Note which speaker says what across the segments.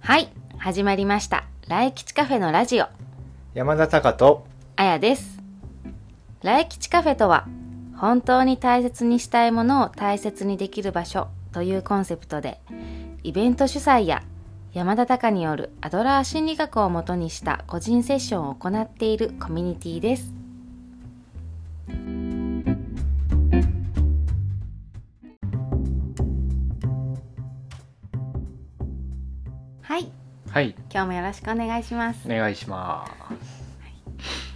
Speaker 1: はい始まりました来吉カフェのラジオ
Speaker 2: 山田隆と
Speaker 1: あやです来吉カフェとは本当に大切にしたいものを大切にできる場所というコンセプトでイベント主催や山田隆によるアドラー心理学をもとにした個人セッションを行っているコミュニティですはい
Speaker 2: はい
Speaker 1: 今日もよろしくお願いします
Speaker 2: お願いします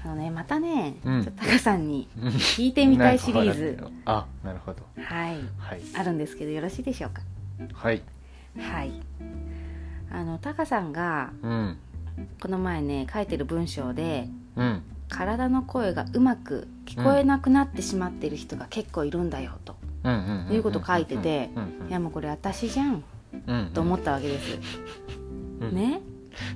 Speaker 1: あのねまたね、
Speaker 2: うん
Speaker 1: ちょっとタカさんに
Speaker 2: うん
Speaker 1: 聞いてみたいシリーズ
Speaker 2: なんかあなるほど
Speaker 1: はい
Speaker 2: はい
Speaker 1: あるんですけどよろしいでしょうか
Speaker 2: はい
Speaker 1: はいあのタカさんが
Speaker 2: うん
Speaker 1: この前ね書いてる文章で
Speaker 2: うん
Speaker 1: 体の声がうまく聞こえなくなってしまっている人が結構いるんだよと、
Speaker 2: うんうんん
Speaker 1: いうこと書いてて
Speaker 2: うんうん
Speaker 1: いやもうこれ私じゃん
Speaker 2: うんうん
Speaker 1: と思ったわけです、
Speaker 2: うん
Speaker 1: ね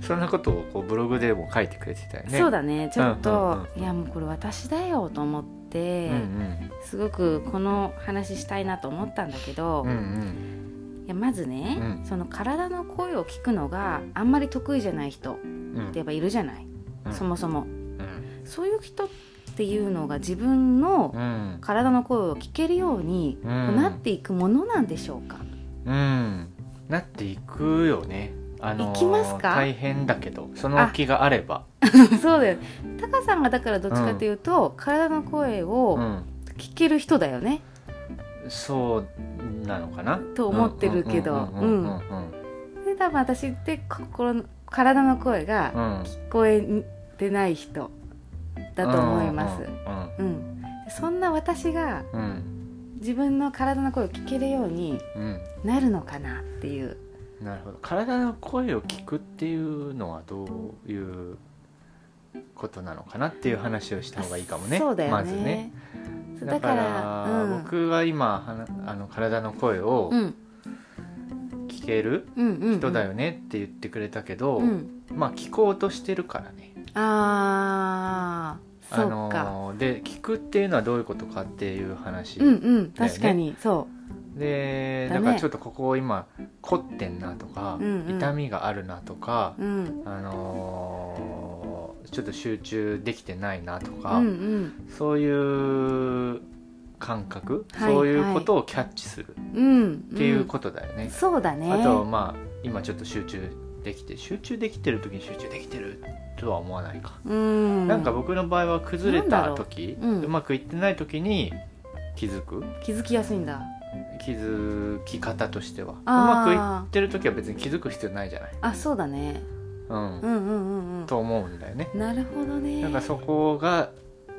Speaker 2: そんなことをこうブログでも書いてくれてたよね
Speaker 1: そうだねちょっ
Speaker 2: うん
Speaker 1: と
Speaker 2: うん、
Speaker 1: いやもうこれ私だよと思って、
Speaker 2: うん
Speaker 1: すごくこの話したいなと思ったんだけど、
Speaker 2: うんうんうん
Speaker 1: いやまずね、
Speaker 2: うん
Speaker 1: その体の声を聞くのがあんまり得意じゃない人っ
Speaker 2: うん
Speaker 1: てやっぱいるじゃない、
Speaker 2: うん
Speaker 1: そもそも
Speaker 2: うん
Speaker 1: そういう人っていうのが自分の
Speaker 2: うん
Speaker 1: 体の声を聞けるように
Speaker 2: うん
Speaker 1: なっていくものなんでしょうか、
Speaker 2: うんなっていくよねあのー
Speaker 1: いきますか
Speaker 2: 大変だけどその気があれば
Speaker 1: そうだよタカさんがだからどっちかというと、体の声
Speaker 2: う
Speaker 1: を
Speaker 2: ん
Speaker 1: 聞ける人だよね、
Speaker 2: そうなのかな
Speaker 1: と思ってるけど
Speaker 2: うんうんうんうん
Speaker 1: で多分私って心の体の声
Speaker 2: う
Speaker 1: が
Speaker 2: んうん
Speaker 1: 聞こえてない人だと思います、
Speaker 2: うん
Speaker 1: うん、そんな私が
Speaker 2: うん
Speaker 1: 自分の体の声を聞けるように
Speaker 2: うん
Speaker 1: なるのかなっていう
Speaker 2: なるほど体の声を聞くっていうのはどういうことなのかなっていう話をした方がいいかもね
Speaker 1: そうだよね,、
Speaker 2: まずね
Speaker 1: そう
Speaker 2: だ
Speaker 1: だ
Speaker 2: か
Speaker 1: かららうん
Speaker 2: 僕が今はなあの体の声を
Speaker 1: うん
Speaker 2: 聞ける
Speaker 1: うんうん
Speaker 2: 人だよねって言ってくれたけど、
Speaker 1: うん
Speaker 2: まあ聞こうとしてるからね
Speaker 1: ああそ
Speaker 2: あ
Speaker 1: う
Speaker 2: の
Speaker 1: か、
Speaker 2: ーで聞くっていうのはどういうことかっていう話、
Speaker 1: うんうん
Speaker 2: だよね
Speaker 1: 確かに、そ
Speaker 2: で
Speaker 1: だ
Speaker 2: だ
Speaker 1: ね
Speaker 2: からちょっとここ今凝ってんなとか、
Speaker 1: うんうん
Speaker 2: 痛みがあるなとか、
Speaker 1: ううん
Speaker 2: あのーちょっと集中できてないなと
Speaker 1: う
Speaker 2: か、
Speaker 1: んうん
Speaker 2: そういう感覚、
Speaker 1: はい
Speaker 2: そういうことをキャッチする
Speaker 1: うん
Speaker 2: っていうことだよ
Speaker 1: と
Speaker 2: ね。
Speaker 1: そうだね
Speaker 2: あとまあ今ちょっと集中できて集中できてる時に集中できてるとは思わないか。
Speaker 1: うん
Speaker 2: なんか僕の場合は崩れた時
Speaker 1: な
Speaker 2: う
Speaker 1: だ
Speaker 2: ん
Speaker 1: ろううん
Speaker 2: まくいってない時に気づく
Speaker 1: 気づきやすいんだ
Speaker 2: 気づき方としてはう
Speaker 1: あー
Speaker 2: まくいってる時は別に気づく必要ないじゃない、
Speaker 1: あそうだね
Speaker 2: う
Speaker 1: う
Speaker 2: ん
Speaker 1: んうんうんうん
Speaker 2: と思うんだよね。
Speaker 1: なるほどね
Speaker 2: なんかそこが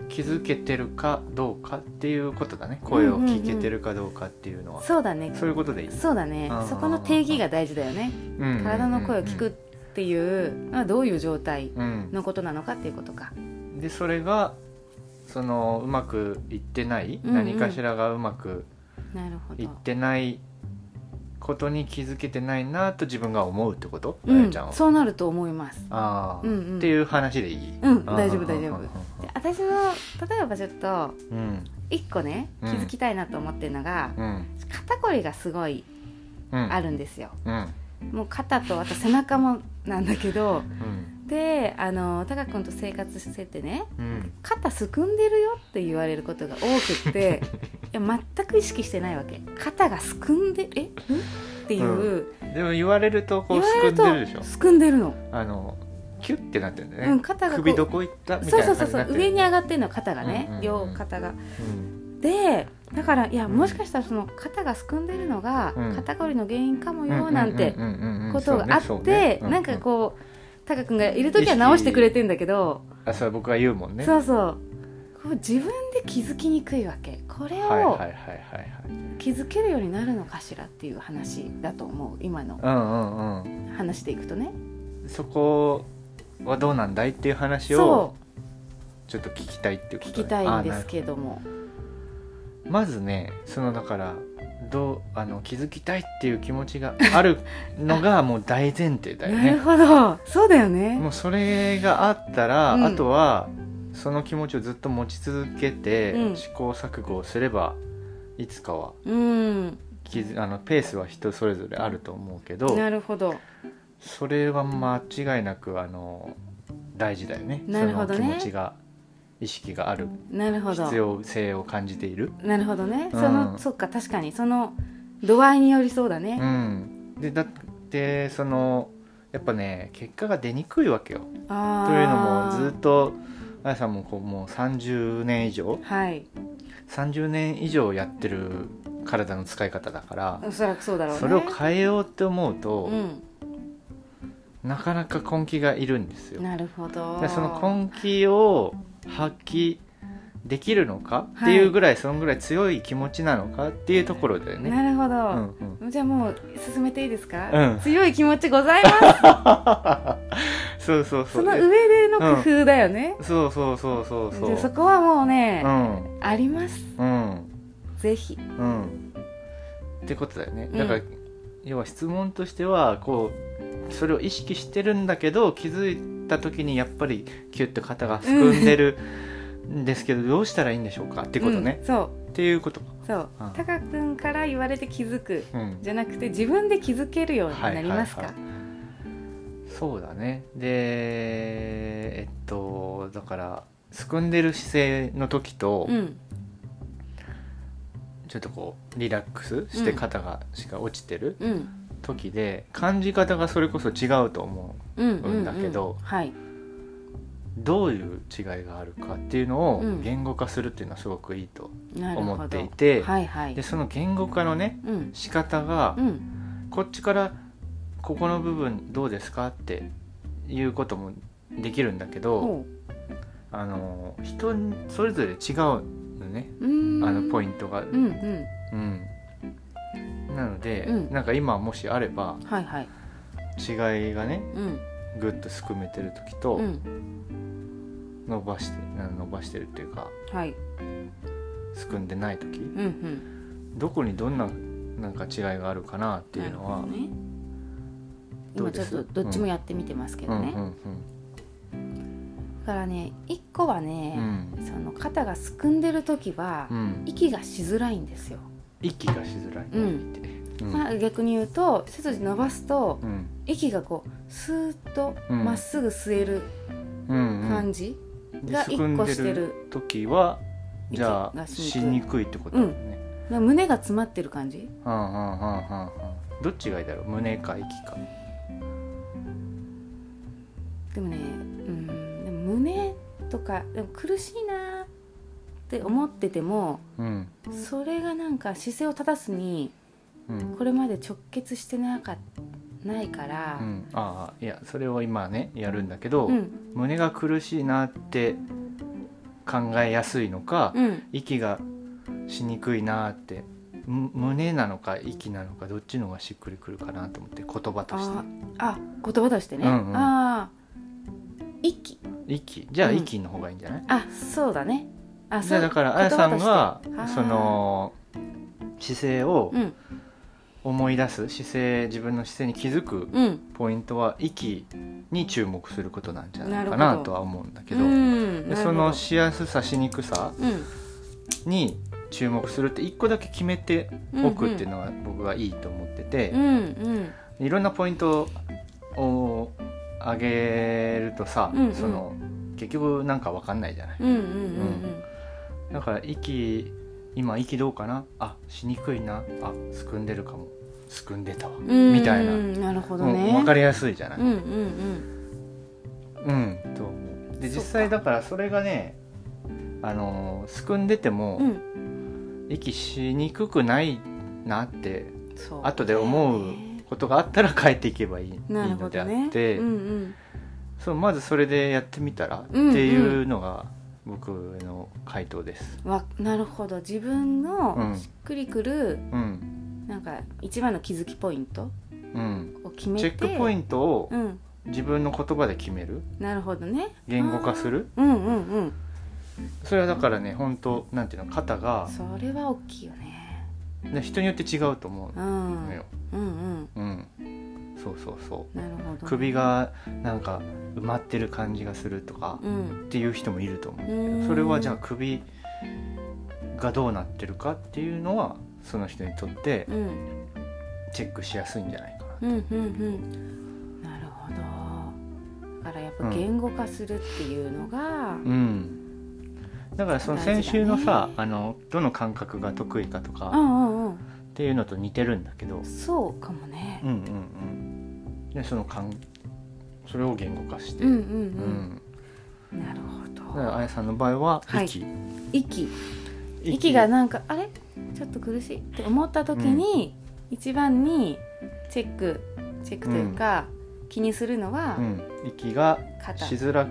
Speaker 2: 気づけてるかどうかっていうことだね声を聞けてるかどうかっていうのは、
Speaker 1: そうだね
Speaker 2: そういうことでいい、
Speaker 1: そうだね
Speaker 2: うんうんうん
Speaker 1: そこの定義が大事だよね
Speaker 2: うんうんうん
Speaker 1: 体の声を聞くっていうのはどういう状態
Speaker 2: うん、
Speaker 1: のことなのかっていうことか
Speaker 2: でそれがそのうまくいってない、
Speaker 1: うんうん
Speaker 2: 何かしらがうまく
Speaker 1: なるほど
Speaker 2: いってないことに気づけてないなと自分が思うってこと、
Speaker 1: う
Speaker 2: あや
Speaker 1: ん
Speaker 2: ちゃんは
Speaker 1: そうなると思います
Speaker 2: ああ、
Speaker 1: うんうん
Speaker 2: っていう話でいい
Speaker 1: うん大丈夫大丈夫
Speaker 2: うん
Speaker 1: で私の例えばちょっと
Speaker 2: うん
Speaker 1: 一個ね気
Speaker 2: うん
Speaker 1: づきたいなと思ってるのが、
Speaker 2: うん
Speaker 1: 肩こりがすごい
Speaker 2: うん
Speaker 1: あるんですよ、
Speaker 2: うん
Speaker 1: もう肩とあと背中もなんだけど
Speaker 2: うん
Speaker 1: であのタカ君と生活しててね
Speaker 2: うん
Speaker 1: 肩すくんでるよって言われることが多くって いや全く意識してないわけ肩がすくんでえんっていう、
Speaker 2: でも言われるとこ
Speaker 1: 言
Speaker 2: う
Speaker 1: わ
Speaker 2: す
Speaker 1: れ
Speaker 2: く
Speaker 1: る
Speaker 2: ん
Speaker 1: と
Speaker 2: でるでしょ
Speaker 1: すくんでるの、
Speaker 2: あのキュッてなってるんだよね、
Speaker 1: うん、肩がこう
Speaker 2: 首どこ行ったみた
Speaker 1: そう
Speaker 2: い
Speaker 1: そ
Speaker 2: な
Speaker 1: うそ
Speaker 2: 感
Speaker 1: うそう
Speaker 2: じになってる
Speaker 1: 上に上がってるの肩がね、
Speaker 2: うんうんうん
Speaker 1: 両肩が
Speaker 2: うん
Speaker 1: でだからいやもしかしたらその肩がすくんでるのが
Speaker 2: うん
Speaker 1: 肩こりの原因かも
Speaker 2: うん
Speaker 1: よなんて
Speaker 2: うんうんうんうん
Speaker 1: ことがあ
Speaker 2: そう
Speaker 1: って
Speaker 2: ねそうね
Speaker 1: なんかこうタカ君がいる時は直してくれてんだけど、
Speaker 2: うんうんあそれ僕が言うもんね
Speaker 1: そうそうこう自分で気づきにくいわけこれ
Speaker 2: はいはい
Speaker 1: を
Speaker 2: はいはい
Speaker 1: 気づけるようになるのかしらっていう話だと思う今の
Speaker 2: はいうんうん
Speaker 1: 話でいくとね
Speaker 2: うんそこはどうなんだいっていう話
Speaker 1: そ
Speaker 2: をちょっと聞きたいっていう
Speaker 1: う
Speaker 2: こ
Speaker 1: 聞
Speaker 2: と
Speaker 1: き
Speaker 2: ね
Speaker 1: たいんで
Speaker 2: あな
Speaker 1: す
Speaker 2: る
Speaker 1: けども
Speaker 2: まずねそのだからどうあの気づきたいっていう気持ちがあるのがもう大前提だよ
Speaker 1: なる
Speaker 2: ね
Speaker 1: ほどそうだよね
Speaker 2: もうそれがあったら、
Speaker 1: うん
Speaker 2: あとはその気持ちをずっと持ち続けて、
Speaker 1: うん
Speaker 2: 試行錯誤をすればいつかは
Speaker 1: うん
Speaker 2: 気づあのペースは人それぞれあると思うけど
Speaker 1: なるほど
Speaker 2: それは間違いなくあの大事だよね
Speaker 1: なるほどね
Speaker 2: その気持ちが意識がある
Speaker 1: なるほど
Speaker 2: 必要性を感じている、
Speaker 1: なるほどね、
Speaker 2: うん
Speaker 1: そのそっか確かにその度合いによりそうだね
Speaker 2: う、ん、でだってそのやっぱね結果が出にくいわけよ
Speaker 1: あ
Speaker 2: と
Speaker 1: あ
Speaker 2: いうのもずっとあやさんもこうもう30年以上
Speaker 1: はい
Speaker 2: 30年以上やってる体の使い方だから
Speaker 1: おそらくそうだろうね
Speaker 2: それを変えようって思うと、
Speaker 1: う
Speaker 2: なかなか根気がいるんですよ
Speaker 1: ん、なるほど
Speaker 2: でその根気を発揮できるのかっていうぐらい、そのぐらい強い気持ちなのかっていうところだよね。
Speaker 1: なるほ
Speaker 2: う
Speaker 1: ど、
Speaker 2: んうん、
Speaker 1: じゃあもう進めていいですか、
Speaker 2: うん
Speaker 1: 強い気持ちございます
Speaker 2: そうそうそ。
Speaker 1: そうの
Speaker 2: で
Speaker 1: 上での工夫だよね、
Speaker 2: そうそうそうそう
Speaker 1: じ
Speaker 2: そ。
Speaker 1: ゃあそうこはもうね、
Speaker 2: うん
Speaker 1: あります
Speaker 2: うん
Speaker 1: ぜひ
Speaker 2: うん。ってことだよね。
Speaker 1: うん
Speaker 2: だから、要は質問としてはこうそれを意識してるんだけど気づいた時にやっぱりキュッと肩がすくんでるんですけどどうしたらいいんでしょうかってことね
Speaker 1: う。んそう
Speaker 2: っていうことか。
Speaker 1: そう
Speaker 2: うん
Speaker 1: タカ君から言われて気づく
Speaker 2: うん
Speaker 1: じゃなくて自分で気づけるようになりますか、
Speaker 2: はいはいはいそうだねでえっとだからすくんでる姿勢の時と、
Speaker 1: うん
Speaker 2: ちょっとこうリラックスして肩がしか落ちてる
Speaker 1: うん
Speaker 2: 時で、感じ方がそれこそ違うと思う
Speaker 1: うん
Speaker 2: う
Speaker 1: うん
Speaker 2: んだけど
Speaker 1: はい
Speaker 2: どういう違いがあるかっていうのを
Speaker 1: うん
Speaker 2: 言語化するっていうのはすごくいいと、
Speaker 1: なるほど
Speaker 2: 思っていて
Speaker 1: はいはい
Speaker 2: でその言語化のね
Speaker 1: うん
Speaker 2: 仕方が、
Speaker 1: うん
Speaker 2: こっちからここの部分どうですかっていうこともできるんだけど、
Speaker 1: ほ
Speaker 2: あの人にそれぞれ違うのね
Speaker 1: ううーん
Speaker 2: あのポイントが、う
Speaker 1: うんんうん
Speaker 2: なので、
Speaker 1: うん
Speaker 2: なんか今もしあれば
Speaker 1: はいはい
Speaker 2: 違いがね
Speaker 1: うん
Speaker 2: ぐっとすくめてる時と
Speaker 1: うん
Speaker 2: 伸ばして、な伸ばしてるっていうか
Speaker 1: はい
Speaker 2: すくんでない時
Speaker 1: うんうん
Speaker 2: どこにどんななんか違いがあるかなっていうのは、
Speaker 1: なるほどね
Speaker 2: どう
Speaker 1: 今
Speaker 2: で
Speaker 1: ちょ
Speaker 2: す
Speaker 1: っとどっちもやってみてますけ
Speaker 2: う
Speaker 1: ど
Speaker 2: んう
Speaker 1: ね、
Speaker 2: ん
Speaker 1: だからね一個は
Speaker 2: うんう
Speaker 1: ね、
Speaker 2: ん
Speaker 1: その肩がすくんでる時は、
Speaker 2: うん
Speaker 1: 息がしづらいんですよ、
Speaker 2: 息がしづらい
Speaker 1: うん
Speaker 2: って、うん
Speaker 1: まあ、逆に言うと背筋伸ばすと
Speaker 2: うん
Speaker 1: 息がこうスーッと
Speaker 2: うん
Speaker 1: まっすぐ吸える
Speaker 2: うんうん
Speaker 1: 感じ、
Speaker 2: で
Speaker 1: が
Speaker 2: すくん
Speaker 1: 一個
Speaker 2: で
Speaker 1: して
Speaker 2: る
Speaker 1: る
Speaker 2: 時は
Speaker 1: 息
Speaker 2: じゃあ
Speaker 1: が
Speaker 2: し
Speaker 1: し
Speaker 2: に
Speaker 1: に
Speaker 2: くいってことだよね、
Speaker 1: だから胸が詰まってる感じ
Speaker 2: はんはんはんはんはんどっちがいいだろう胸か息か
Speaker 1: でもねうんでも胸とかでも苦しいなーって思ってても
Speaker 2: うん
Speaker 1: それがなんか姿勢を正すに
Speaker 2: うん、
Speaker 1: これまで直結してなかっないから
Speaker 2: う、ん、ああいやそれを今ねやるんだけど、
Speaker 1: うん
Speaker 2: 胸が苦しいなって考えやすいのか、
Speaker 1: うん、
Speaker 2: 息がしにくいなってむ胸なのか息なのかどっちの方がしっくりくるかなと思って言葉として
Speaker 1: ああ言葉としてね、
Speaker 2: うんうん
Speaker 1: ああ息
Speaker 2: 息じゃあ
Speaker 1: うん
Speaker 2: 息の方がいいんじゃない、
Speaker 1: あそうだねあ
Speaker 2: じゃあだからあやさんがその姿勢を
Speaker 1: うん
Speaker 2: 思い出す姿勢自分の姿勢に気づく
Speaker 1: うん
Speaker 2: ポイントは息に注目することなんじゃない
Speaker 1: な
Speaker 2: か
Speaker 1: る
Speaker 2: な
Speaker 1: ほど
Speaker 2: とは思うんだけ
Speaker 1: う
Speaker 2: ど
Speaker 1: んなるほ
Speaker 2: で
Speaker 1: ど
Speaker 2: そのしやすさしにくさ
Speaker 1: う
Speaker 2: に注目するって一個だけ決めておくっていうのが僕はいいと思ってて
Speaker 1: ん、うんうん
Speaker 2: いろんなポイントを上げるとさ、
Speaker 1: うんうん
Speaker 2: その結局なんかわかんないじゃない。
Speaker 1: うんうんうん
Speaker 2: だから息今息どうかなあしにくいなあすくんでるかもすくんでたわ
Speaker 1: うんうん
Speaker 2: みたいな、
Speaker 1: なるほど
Speaker 2: う
Speaker 1: ね
Speaker 2: んわか
Speaker 1: り
Speaker 2: りやすいじゃない。
Speaker 1: うんうん
Speaker 2: うんとで
Speaker 1: そっか
Speaker 2: 実際だからそれがねあのーすくんでても、
Speaker 1: うんうん
Speaker 2: 息しにくくないなって
Speaker 1: そう
Speaker 2: 後で思うことがあったら帰っていけばいい,、
Speaker 1: ない
Speaker 2: い
Speaker 1: る
Speaker 2: の
Speaker 1: ほ
Speaker 2: であ
Speaker 1: ど
Speaker 2: っ
Speaker 1: ね
Speaker 2: て、
Speaker 1: うんうん
Speaker 2: そうまずそれでやってみたらって
Speaker 1: うん
Speaker 2: いうのが僕の回答です。
Speaker 1: わなるほど自分
Speaker 2: うん
Speaker 1: のしっくりくる、
Speaker 2: うん
Speaker 1: なんか一番の気づきポイント
Speaker 2: うん、
Speaker 1: を決め
Speaker 2: チ
Speaker 1: て
Speaker 2: ェックポイ
Speaker 1: ン
Speaker 2: ントを
Speaker 1: トうん
Speaker 2: 自分の言葉で決める
Speaker 1: なるほどね
Speaker 2: 言語化する
Speaker 1: あーうんうんうん
Speaker 2: それはだからね本当なんていうの肩が
Speaker 1: それは大きいよね
Speaker 2: ね人によって違うと思
Speaker 1: う
Speaker 2: うんのよ。
Speaker 1: うんうん
Speaker 2: うん、そうそうそう
Speaker 1: なるほどね、
Speaker 2: 首がなんか埋まってる感じがするとか
Speaker 1: うん
Speaker 2: っていう人もいると思う
Speaker 1: う
Speaker 2: け
Speaker 1: ー
Speaker 2: ど
Speaker 1: ん
Speaker 2: それはじゃあ首がどうなってるかっていうのはその人にとって
Speaker 1: うん
Speaker 2: チェックしやすいんじゃないかな
Speaker 1: うんうんうんなからやっぱ言語化するっていうのが、
Speaker 2: うんだからその
Speaker 1: 大事だね
Speaker 2: 先週のさ、あのどの感覚が得意かと
Speaker 1: う
Speaker 2: か
Speaker 1: んうんうん
Speaker 2: っていうのと似てるんだけど、
Speaker 1: そうかもね
Speaker 2: うん、うんうんでその感それを言語化して、
Speaker 1: うんうん
Speaker 2: う
Speaker 1: うん、
Speaker 2: ん
Speaker 1: なるほ
Speaker 2: だからあ
Speaker 1: ど
Speaker 2: やさんの場合は
Speaker 1: はい
Speaker 2: 息、
Speaker 1: 息息がなんかあれちょっと苦しいって思った時に、一番にチェックチェックというか、気にするのは
Speaker 2: うん、息が
Speaker 1: 肩、
Speaker 2: しづら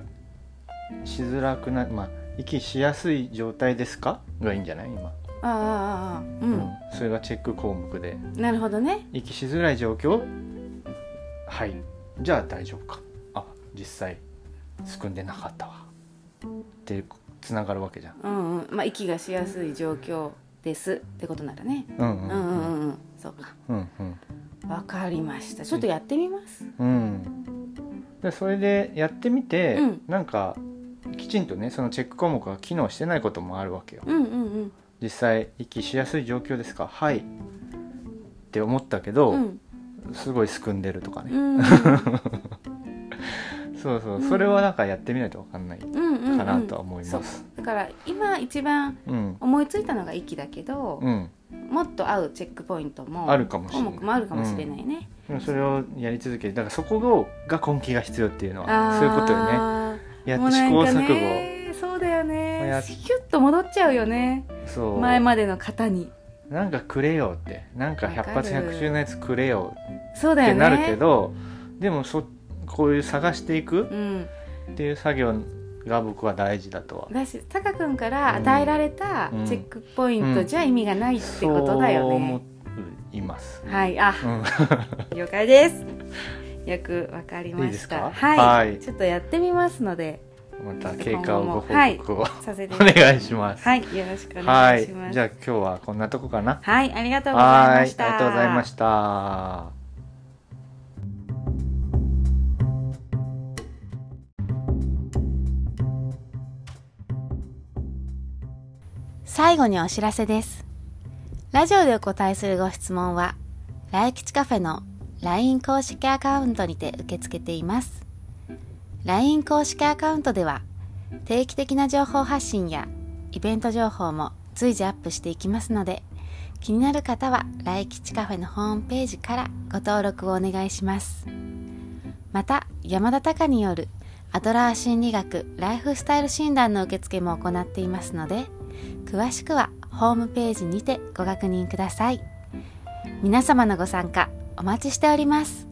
Speaker 2: しづらくなまあ息しやすい状態ですかがいいんじゃない今、
Speaker 1: ああああああう、
Speaker 2: うんそれがチェック項目で
Speaker 1: なるほどね
Speaker 2: 息しづらい状況はいじゃあ大丈夫かあ実際すくんでなかったわってつながるわけじゃん
Speaker 1: うんうんまあ息がしやすい状況ですってことならね
Speaker 2: うんう
Speaker 1: うんんう
Speaker 2: う
Speaker 1: ん
Speaker 2: ん
Speaker 1: うんうんそうか
Speaker 2: うんうん
Speaker 1: わかりましたちょっとやってみます
Speaker 2: うんでそれでやってみて、
Speaker 1: うん
Speaker 2: なんかきちんとねそのチェック項目が機能してないこともあるわけよ、
Speaker 1: うんうん
Speaker 2: 実際息しやすい状況ですかはいって思ったけ
Speaker 1: う
Speaker 2: ど、
Speaker 1: んうん
Speaker 2: すごいすくんでるとか
Speaker 1: う
Speaker 2: ね、
Speaker 1: ん
Speaker 2: そうそううんそれはなんかやってみないと分かんないか
Speaker 1: うんうん
Speaker 2: なとは思い
Speaker 1: そ
Speaker 2: ま
Speaker 1: う
Speaker 2: す
Speaker 1: だから今一番
Speaker 2: うん
Speaker 1: 思いついたのが息だけど
Speaker 2: う、ん
Speaker 1: もっと合うチェックポイントも
Speaker 2: あるかもしれない
Speaker 1: 項目もあるかもしれないね、
Speaker 2: でもそれをやり続けてだからそこがが根気が必要っていうの
Speaker 1: あ
Speaker 2: は
Speaker 1: ー
Speaker 2: そういうことよねや
Speaker 1: も
Speaker 2: っ
Speaker 1: う
Speaker 2: て
Speaker 1: な
Speaker 2: 試
Speaker 1: ん
Speaker 2: 行
Speaker 1: か
Speaker 2: 錯誤
Speaker 1: ねそうだよね
Speaker 2: や
Speaker 1: ヒュッと戻っちゃうよね
Speaker 2: そう
Speaker 1: 前までの型に
Speaker 2: なんかくれよってなんか百発
Speaker 1: わかる
Speaker 2: 百中のやつくれよ
Speaker 1: そう
Speaker 2: っ
Speaker 1: だ
Speaker 2: て
Speaker 1: よね
Speaker 2: なるけど、でもそこういう探していく
Speaker 1: うん、
Speaker 2: っていう作業が僕は大事だとは
Speaker 1: だしタカ君から与えられた
Speaker 2: うん
Speaker 1: チェックポイントじゃ意味がないってことだよ
Speaker 2: そう
Speaker 1: ね
Speaker 2: 思、います。
Speaker 1: はいあ
Speaker 2: うん、
Speaker 1: 了解ですよくわかりました
Speaker 2: いいですか
Speaker 1: はい、
Speaker 2: はい
Speaker 1: ちょっとやってみますので
Speaker 2: また経過をご報
Speaker 1: はい
Speaker 2: 告を、
Speaker 1: させて
Speaker 2: お願いします。
Speaker 1: はいよろしくお
Speaker 2: は
Speaker 1: 願い
Speaker 2: い
Speaker 1: します
Speaker 2: じゃあ今日はこんなとこかな。
Speaker 1: はい、ありがとうござい
Speaker 2: は
Speaker 1: ま
Speaker 2: い
Speaker 1: し、
Speaker 2: あ
Speaker 1: た。
Speaker 2: りがとうございました。
Speaker 1: 最後にお知らせです。ラジオでお答えするご質問は、来吉カフェの LINE 公式アカウントにて受け付けています。LINE 公式アカウントでは、定期的な情報発信やイベント情報も随時アップしていきますので、気になる方は来吉カフェのホームページからご登録をお願いします。また、山田隆によるアドラー心理学ライフスタイル診断の受付も行っていますので、詳しくはホームページにてご確認ください皆様のご参加お待ちしております